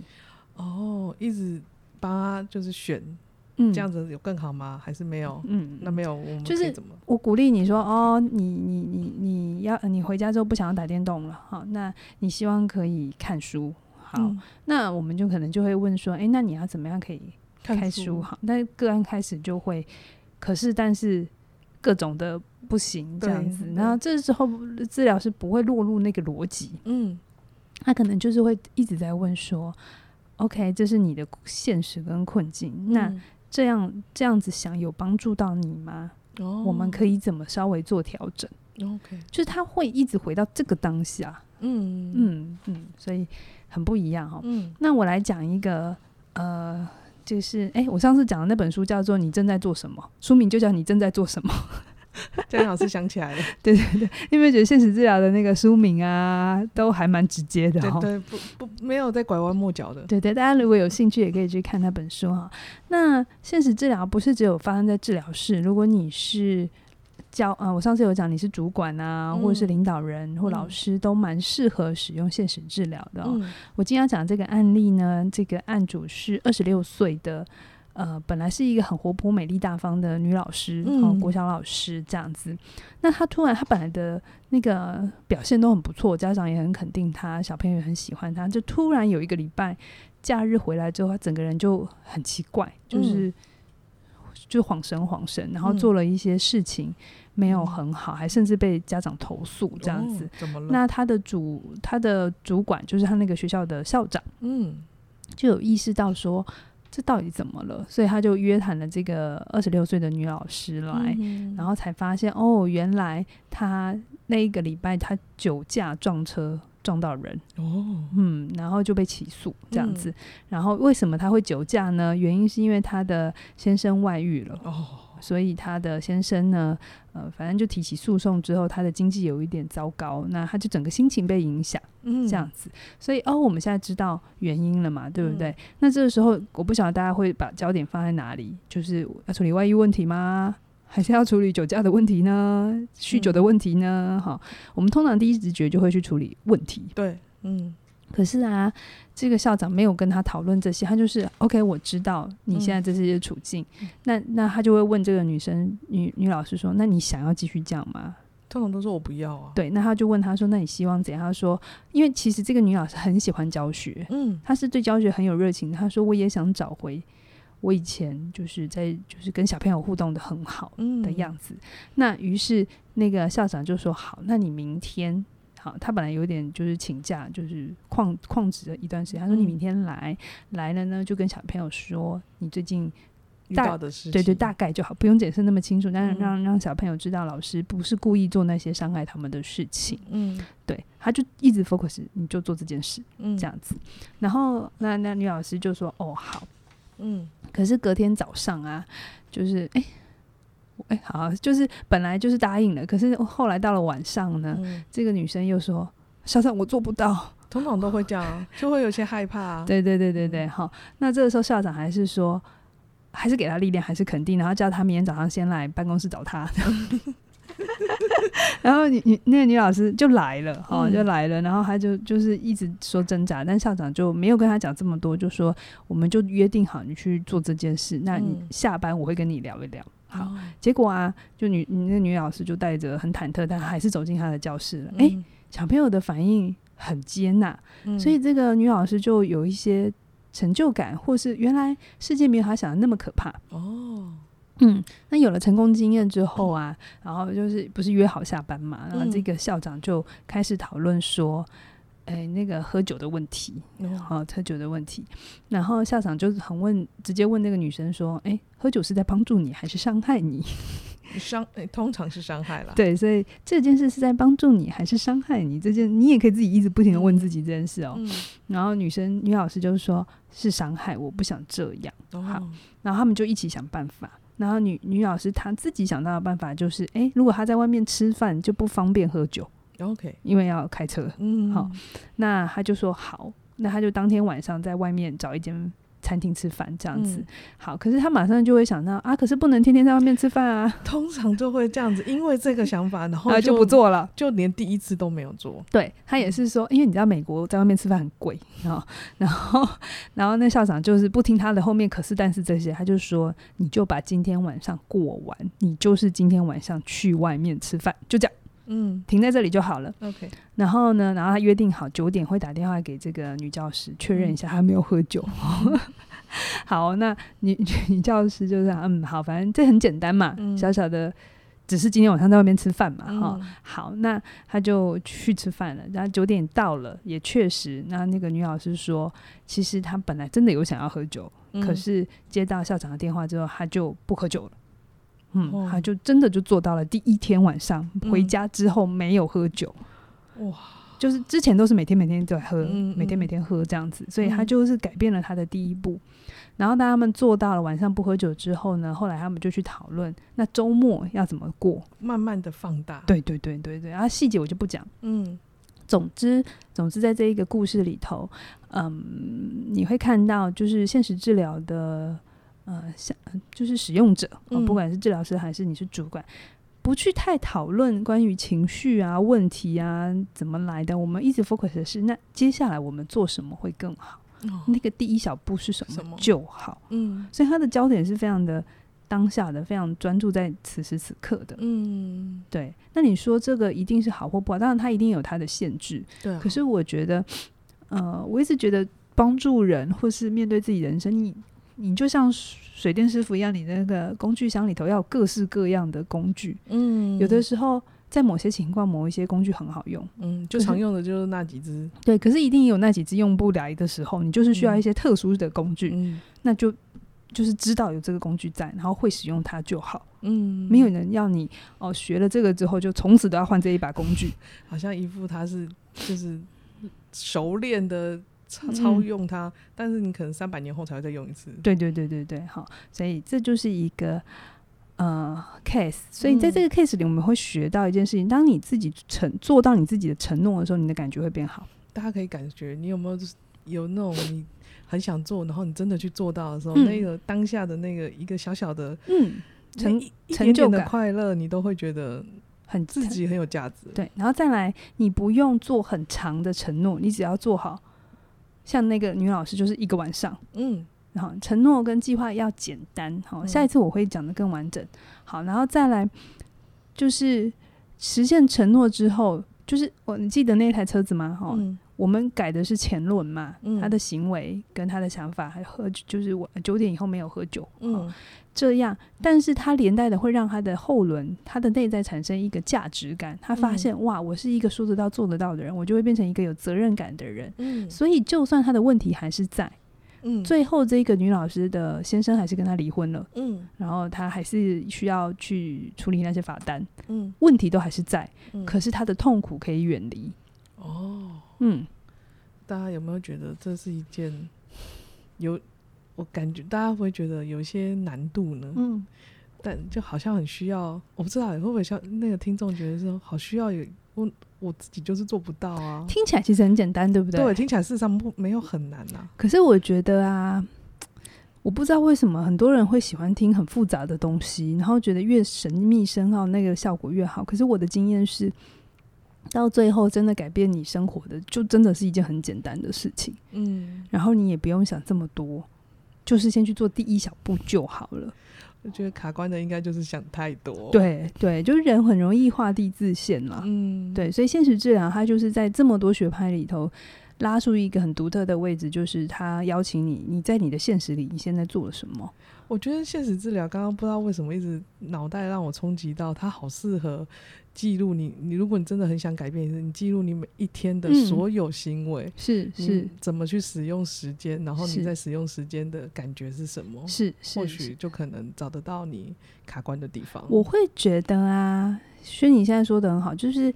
Speaker 3: 哦，一直帮他就是选，
Speaker 1: 嗯
Speaker 3: 这样子有更好吗？还是没有？
Speaker 1: 嗯，
Speaker 3: 那没有，我们
Speaker 1: 就
Speaker 3: 可以
Speaker 1: 是
Speaker 3: 怎么？
Speaker 1: 我鼓励你说哦，你你你你要呃你回家之后不想要打电动了，好、那你希望可以看书，好，
Speaker 3: 嗯
Speaker 1: 那我们就可能就会问说，诶，那你要怎么样可以开
Speaker 3: 看
Speaker 1: 书好，但个案开始就会，可是但是各种的不行这
Speaker 3: 对
Speaker 1: 样子，
Speaker 3: 对
Speaker 1: 然后这时候治疗师不会落入那个逻辑，
Speaker 3: 嗯，
Speaker 1: 他可能就是会一直在问说，OK，这是你的现实跟困境，那
Speaker 3: 嗯
Speaker 1: 这样这样子想有帮助到你吗？
Speaker 3: 哦，
Speaker 1: 我们可以怎么稍微做调整？
Speaker 3: OK，
Speaker 1: 就是他会一直回到这个当下，
Speaker 3: 嗯嗯
Speaker 1: 嗯嗯，所以很不一样哈、哦。
Speaker 3: 嗯，
Speaker 1: 那我来讲一个，呃，就是哎、诶我上次讲的那本书叫做《你正在做什么》，书名就叫《你正在做什么》。
Speaker 3: 江老师想起来了，
Speaker 1: 你有没有觉得现实治疗的那个书名啊，都还蛮直接的
Speaker 3: 对
Speaker 1: 哈？
Speaker 3: 对，不不，没有在拐弯抹角的，
Speaker 1: 对对，大家如果有兴趣，也可以去看那本书哈。那现实治疗不是只有发生在治疗室，如果你是教呃，我上次有讲你是主管啊，
Speaker 3: 嗯
Speaker 1: 或者是领导人或老
Speaker 3: 嗯
Speaker 1: 师，都蛮适合使用现实治疗的、哦。我今天要讲这个案例呢，这个案主是二十六岁的，呃，本来是一个很活泼、美丽、大方的女老师，
Speaker 3: 嗯
Speaker 1: 哦，国小老师这样子。那她突然，她本来的那个表现都很不错，家长也很肯定她，小朋友也很喜欢她，就突然有一个礼拜假日回来之后，她整个人就很奇怪，就是。就恍神恍神，然后
Speaker 3: 嗯
Speaker 1: 做了一些事情没有很好，还甚至被家长投诉这样子
Speaker 3: 哦。怎么了？
Speaker 1: 那他的主他的主管就是他那个学校的校长，
Speaker 3: 嗯
Speaker 1: 就有意识到说这到底怎么了，所以他就约谈了这个二十六岁的女老师来，
Speaker 3: 嗯
Speaker 1: 然后才发现哦，原来他那一个礼拜他酒驾撞车撞到人，
Speaker 3: 哦，
Speaker 1: 嗯，然后就被起诉这样
Speaker 3: 嗯
Speaker 1: 子。然后为什么他会酒驾呢？原因是因为他的先生外遇了。
Speaker 3: 哦，
Speaker 1: 所以他的先生呢，呃，反正就提起诉讼之后，他的经济有一点糟糕，那他就整个心情被影响，
Speaker 3: 嗯，
Speaker 1: 这样子。所以哦，我们现在知道原因了嘛，对不对？
Speaker 3: 嗯
Speaker 1: 那这个时候，我不晓得大家会把焦点放在哪里，就是要处理外遇问题吗？还是要处理酒驾的问题呢？酗酒的
Speaker 3: 嗯
Speaker 1: 问题呢？哈、我们通常第一直觉就会去处理问题。
Speaker 3: 对，嗯
Speaker 1: 可是啊，这个校长没有跟他讨论这些，他就是 OK，我知道你现在
Speaker 3: 嗯
Speaker 1: 这些处境，那那他就会问这个女生女女老师说，那你想要继续这样吗？
Speaker 3: 通常都说我不要啊，，
Speaker 1: 对，那他就问他说：“那你希望怎样？”他说：“因为其实这个女老师很喜欢教学，
Speaker 3: 嗯
Speaker 1: 她是对教学很有热情的。她说我也想找回我以前就是在就是跟小朋友互动的很好
Speaker 3: 嗯
Speaker 1: 的样子。那于是那个校长就说：“好，那你明天。”好，他本来有点就是请假，就是旷旷职了一段时间。他说：“你
Speaker 3: 嗯
Speaker 1: 明天来，来了呢，就跟小朋友说你最近
Speaker 3: 遇
Speaker 1: 大
Speaker 3: 到的事情，
Speaker 1: 对对，大概就好，不用解释那么清楚，但是
Speaker 3: 嗯
Speaker 1: 让让小朋友知道老师不是故意做那些伤害他们的事情。
Speaker 3: 嗯
Speaker 1: 对，他就一直 focus，你就做这件事
Speaker 3: 嗯，
Speaker 1: 这样子。然后那那女老师就说：“哦，好。
Speaker 3: 嗯”
Speaker 1: 可是隔天早上啊，就是哎我哎、好，就是本来就是答应了，可是后来到了晚上呢，
Speaker 3: 嗯，
Speaker 1: 这个女生又说：“校长，我做不到。
Speaker 3: 通常都会这样 啊，就会有些害怕啊，
Speaker 1: 对对对对对，好。那这个时候校长还是说。还是给他力量，还是肯定，然后叫他明天早上先来办公室找他。 然后女女那个女老师就来了，哈、
Speaker 3: 嗯
Speaker 1: 就来了，然后她就就是一直说挣扎，但校长就没有跟她讲这么多，就说我们就约定好你去做这件事，那你
Speaker 3: 嗯
Speaker 1: 下班我会跟你聊一聊。好，
Speaker 3: 哦，
Speaker 1: 结果啊，就女你那女老师就带着很忐忑，但还是走进她的教室了。哎、
Speaker 3: 嗯
Speaker 1: 小朋友的反应很接纳，
Speaker 3: 嗯
Speaker 1: 所以这个女老师就有一些成就感，或是原来世界没有她想的那么可怕。
Speaker 3: 哦，
Speaker 1: 嗯，那有了成功经验之后啊，然后就是不是约好下班嘛，然后这个校长就开始讨论说，哎、那个喝酒的问题，
Speaker 3: 哦
Speaker 1: 好，喝酒的问题。然后校长就很问，直接问那个女生说：“哎、喝酒是在帮助你还是伤害你
Speaker 3: 伤、诶通常是伤害啦。？”
Speaker 1: 对，所以这件事是在帮助你还是伤害你？这件你也可以自己一直不停的问自己这件事哦。
Speaker 3: 嗯，
Speaker 1: 然后女生女老师就说：“是伤害，我不想这样。”好
Speaker 3: 哦，
Speaker 1: 然后他们就一起想办法。然后女女老师她自己想到的办法就是：哎、如果她在外面吃饭就不方便喝酒，
Speaker 3: OK，
Speaker 1: 因为要开车。
Speaker 3: 嗯，
Speaker 1: 好，那她就说好，那她就当天晚上在外面找一间餐厅吃饭这样子。
Speaker 3: 嗯
Speaker 1: 好，可是她马上就会想到啊，可是不能天天在外面吃饭啊，
Speaker 3: 通常就会这样子，因为这个想法，然后
Speaker 1: 啊 就不，做了。
Speaker 3: 就连第一次都没有做。
Speaker 1: 对她也是说，因为你知道美国在外面吃饭很贵啊， 然后然后那校长就是不听她的后面可是但是这些，他就说你就把今天晚上过完，你就是今天晚上去外面吃饭，就这样
Speaker 3: 嗯
Speaker 1: 停在这里就好了。
Speaker 3: ，OK，
Speaker 1: 然后呢，然后他约定好九点会打电话给这个女教师确认一下她没有喝酒。 好，那女女教师就是嗯，好，反正这很简单嘛，
Speaker 3: 嗯
Speaker 1: 小小的，只是今天晚上在外面吃饭嘛，哈、
Speaker 3: 嗯
Speaker 1: 好，那他就去吃饭了。然后九点到了，也确实，那那个女老师说，其实她本来真的有想要喝酒，
Speaker 3: 嗯
Speaker 1: 可是接到校长的电话之后，她就不喝酒了。嗯，
Speaker 3: 哦
Speaker 1: 她就真的就做到了。第一天晚上
Speaker 3: 嗯
Speaker 1: 回家之后没有喝酒，
Speaker 3: 哇，
Speaker 1: 就是之前都是每天每天都在喝，
Speaker 3: 嗯嗯
Speaker 1: 每天每天喝这样子，所以她
Speaker 3: 嗯
Speaker 1: 就是改变了她的第一步。然后当他们做到了晚上不喝酒之后呢，后来他们就去讨论那周末要怎么过。
Speaker 3: 慢慢的放大，，
Speaker 1: 对对对对对，啊，细节我就不讲。
Speaker 3: 嗯
Speaker 1: 总之，总之，在这一个故事里头，嗯，你会看到就是现实治疗的呃，像就是使用者、哦
Speaker 3: 嗯
Speaker 1: 不管是治疗师还是你是主管，不去太讨论关于情绪啊、问题啊怎么来的，我们一直 focus 的是那接下来我们做什么会更好，
Speaker 3: 哦
Speaker 1: 那个第一小步是什么
Speaker 3: 什么
Speaker 1: 就好，
Speaker 3: 嗯
Speaker 1: 所以他的焦点是非常的当下的，非常专注在此时此刻的。
Speaker 3: 嗯，
Speaker 1: 对，那你说这个一定是好或不好？当然，它一定有它的限制。
Speaker 3: 对啊，
Speaker 1: 可是我觉得，呃，我一直觉得帮助人或是面对自己人生，你你就像水电师傅一样，你那个工具箱里头要有各式各样的工具。
Speaker 3: 嗯，
Speaker 1: 有的时候，在某些情况，某一些工具很好用，
Speaker 3: 嗯，就
Speaker 1: 可是
Speaker 3: 常用的就是那几只，
Speaker 1: 对。可是一定有那几只用不来的时候，你就是需要一些特殊的工具，
Speaker 3: 嗯
Speaker 1: 那就就是知道有这个工具在，然后会使用它就好。
Speaker 3: 嗯，
Speaker 1: 没有人要你哦，学了这个之后就从此都要换这一把工具。
Speaker 3: 好像一副他是就是熟练的超超用它，但是你可能三百年后才会再用一次。
Speaker 1: 嗯对对对对对，好，所以这就是一个呃 case，所以在
Speaker 3: 嗯
Speaker 1: 这个 case 里，我们会学到一件事情：当你自己承做到你自己的承诺的时候，你的感觉会变好。
Speaker 3: 大家可以感觉你有没有就是有那种你很想做，然后你真的去做到的时候，
Speaker 1: 嗯
Speaker 3: 那个当下的那个一个小小的
Speaker 1: 嗯，成
Speaker 3: 那一一
Speaker 1: 成
Speaker 3: 点
Speaker 1: 就
Speaker 3: 点
Speaker 1: 感
Speaker 3: 的快乐，你都会觉得
Speaker 1: 很
Speaker 3: 自己很有价值。
Speaker 1: 对，然后再来，你不用做很长的承诺，你只要做好，像那个女老师就是一个晚上。
Speaker 3: 嗯，
Speaker 1: 然后承诺跟计划要简单，好、
Speaker 3: 嗯
Speaker 1: 下一次我会讲的更完整。好，然后再来就是实现承诺之后，就是我你记得那台车子吗？哈、
Speaker 3: 嗯
Speaker 1: 我们改的是前论嘛，
Speaker 3: 嗯
Speaker 1: 他的行为跟他的想法，还有喝就是我九点以后没有喝酒，嗯，
Speaker 3: 嗯
Speaker 1: 这样，但是他连带的会让他的后轮，他的内在产生一个价值感，他发现、
Speaker 3: 嗯
Speaker 1: 哇，我是一个说得到做得到的人，我就会变成一个有责任感的人。
Speaker 3: 嗯
Speaker 1: 所以，就算他的问题还是在，
Speaker 3: 嗯
Speaker 1: 最后这个女老师的先生还是跟她离婚了，
Speaker 3: 嗯
Speaker 1: 然后她还是需要去处理那些罚单，
Speaker 3: 嗯
Speaker 1: 问题都还是在，
Speaker 3: 嗯
Speaker 1: 可是她的痛苦可以远离。
Speaker 3: 哦，
Speaker 1: 嗯，
Speaker 3: 大家有没有觉得这是一件有？我感觉大家会觉得有一些难度呢，
Speaker 1: 嗯，
Speaker 3: 但就好像很需要，我不知道会不会像那个听众觉得说，好需要有我我自己就是做不到啊。
Speaker 1: 听起来其实很简单，对不对？
Speaker 3: 对，听起来事实上不没有很难啊呐、
Speaker 1: 可是我觉得啊，我不知道为什么很多人会喜欢听很复杂的东西，然后觉得越神秘深奥那个效果越好。可是我的经验是，到最后真的改变你生活的，就真的是一件很简单的事情。
Speaker 3: 嗯，
Speaker 1: 然后你也不用想这么多，就是先去做第一小步就好了。
Speaker 3: 我觉得卡关的应该就是想太多。，
Speaker 1: 对对，就是人很容易画地自限啦。
Speaker 3: 哦嗯，
Speaker 1: 对，所以现实治疗它就是在这么多学派里头拉出一个很独特的位置，就是它邀请你，你在你的现实里你现在做了什么？
Speaker 3: 我觉得现实治疗刚刚不知道为什么一直脑袋让我冲击到，它好适合记录你。你如果你真的很想改变，你记录你每一天的
Speaker 1: 嗯
Speaker 3: 所有行为，
Speaker 1: 是
Speaker 3: 你
Speaker 1: 是
Speaker 3: 怎么去使用时间，然
Speaker 1: 嗯
Speaker 3: 后
Speaker 1: 是
Speaker 3: 你在使用时间的感觉是什么，
Speaker 1: 是
Speaker 3: 哦
Speaker 1: 是
Speaker 3: 或许嗯
Speaker 1: 是，
Speaker 3: 就可能找得到你卡关的地方。
Speaker 1: 我会觉得啊，轩你现在说的很好，就是。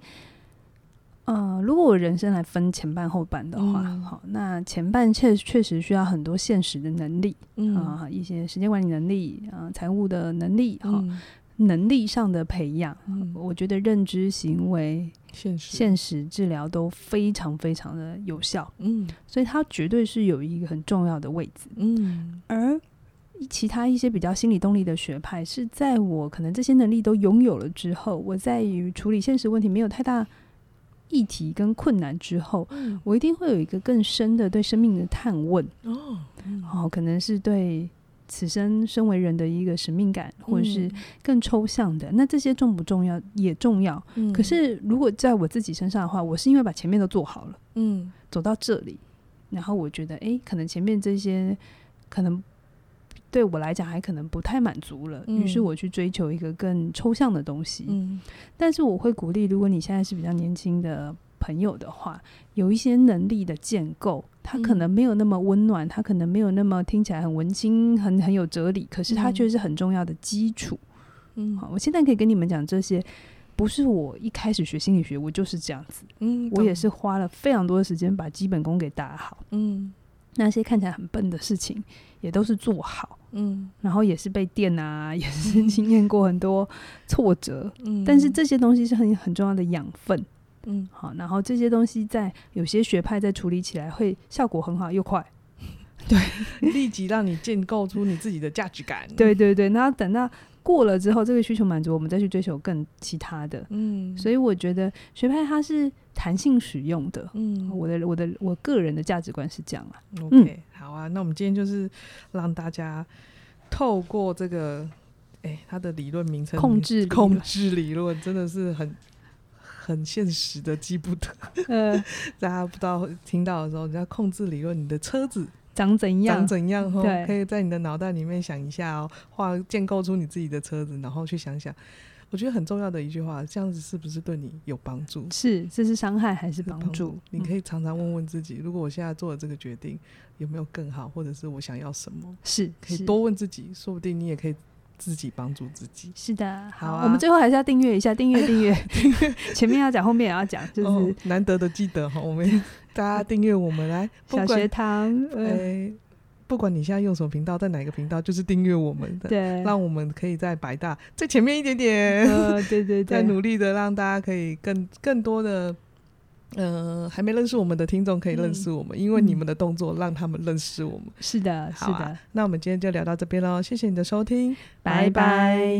Speaker 1: 呃，如果我人生来分前半后半的话，
Speaker 3: 嗯
Speaker 1: 好，那前半确确实需要很多现实的能力
Speaker 3: 嗯
Speaker 1: 啊、一些时间管理能力啊、财务的能力哈、
Speaker 3: 嗯
Speaker 1: 能力上的培养，
Speaker 3: 嗯，
Speaker 1: 我觉得认知行为
Speaker 3: 现实
Speaker 1: 现实治疗都非常非常的有效，
Speaker 3: 嗯
Speaker 1: 所以它绝对是有一个很重要的位置。
Speaker 3: 嗯
Speaker 1: 而其他一些比较心理动力的学派，是在我可能这些能力都拥有了之后，我在于处理现实问题没有太大议题跟困难之后，
Speaker 3: 嗯
Speaker 1: 我一定会有一个更深的对生命的探问，
Speaker 3: 哦，
Speaker 1: 哦，可能是对。此生身为人的一个使命感，或者
Speaker 3: 嗯
Speaker 1: 是更抽象的，那这些重不重要也重要。
Speaker 3: 嗯，
Speaker 1: 可是如果在我自己身上的话，我是因为把前面都做好了，
Speaker 3: 嗯
Speaker 1: 走到这里，然后我觉得，诶，可能前面这些可能对我来讲还可能不太满足了，于、是
Speaker 3: 嗯
Speaker 1: 我去追求一个更抽象的东西。
Speaker 3: 嗯
Speaker 1: 但是我会鼓励，如果你现在是比较年轻的朋友的话，有一些能力的建构，它可
Speaker 3: 嗯
Speaker 1: 能没有那么温暖，它可能没有那么听起来很文青、很很有哲理，可是它
Speaker 3: 嗯
Speaker 1: 却是很重要的基础。
Speaker 3: 嗯
Speaker 1: 好，我现在可以跟你们讲这些，不是我一开始学心理学我就是这样子，
Speaker 3: 嗯，
Speaker 1: 我也
Speaker 3: 懂
Speaker 1: 是花了非常多的时间把基本功给打好，
Speaker 3: 嗯
Speaker 1: 那些看起来很笨的事情也都是做好，
Speaker 3: 嗯
Speaker 1: 然后也是被电啊，也是经验过很多挫折，
Speaker 3: 嗯，
Speaker 1: 但是这些东西是很很重要的养分。
Speaker 3: 嗯
Speaker 1: 好，然后这些东西在有些学派在处理起来会效果很好又快，
Speaker 3: 嗯立即让你建构出你自己的价值感。
Speaker 1: 对，对对，那等到过了之后，这个需求满足，我们再去追求更其他的。
Speaker 3: 嗯，
Speaker 1: 所
Speaker 3: 以
Speaker 1: 以我觉得学派它是弹性使用的。
Speaker 3: 嗯，
Speaker 1: 我的我的我个人的价值观是这样啦。
Speaker 3: OK，、好
Speaker 1: 嗯
Speaker 3: 啊，那我们今天就是让大家透过这个，哎、它的理论名称
Speaker 1: 控制理论
Speaker 3: 控制理论真的是很很现实的记不得，
Speaker 1: 呃，
Speaker 3: 大家不知道听到的时候，你要控制理论，你的车子
Speaker 1: 长怎样
Speaker 3: 长？怎样哦
Speaker 1: 对，
Speaker 3: 可以在你的脑袋里面想一下哦，画建构出你自己的车子，然后去想想，我觉得很重要的一句话，这样子是不是对你有帮助？
Speaker 1: 是这是伤害还是帮助？嗯
Speaker 3: 你可
Speaker 1: 以、
Speaker 3: 以常常问问自己，如果我现在做了这个决定，有没有更好，或者是我想要什么？
Speaker 1: 是
Speaker 3: 可以
Speaker 1: 是
Speaker 3: 多问自己，说不定你也可以自己帮助自己。
Speaker 1: 是的。
Speaker 3: 好啊
Speaker 1: 我们最后还是要订阅一下，订阅 订阅，前面要讲，后面也要讲，就是、
Speaker 3: 哦、难得的记得哈，我们 大家订阅我们来，不
Speaker 1: 小学
Speaker 3: 管
Speaker 1: 堂。
Speaker 3: 哎、
Speaker 1: 呃，
Speaker 3: 不管你现在用什么频道，在哪个频道，就是订阅我们的，
Speaker 1: 对，
Speaker 3: 让我们可以在百大在前面一点 点，
Speaker 1: 呃，对对
Speaker 3: 在
Speaker 1: 对，
Speaker 3: 努力的让大家可以更更多的。呃，还没认识我们的听众可以认识我们，
Speaker 1: 嗯
Speaker 3: 因为你们的动作让他们认识我们。
Speaker 1: 是的，是
Speaker 3: 好
Speaker 1: 的，
Speaker 3: 啊，那我们今天就聊到这边喽，谢谢你的收听，
Speaker 1: 拜拜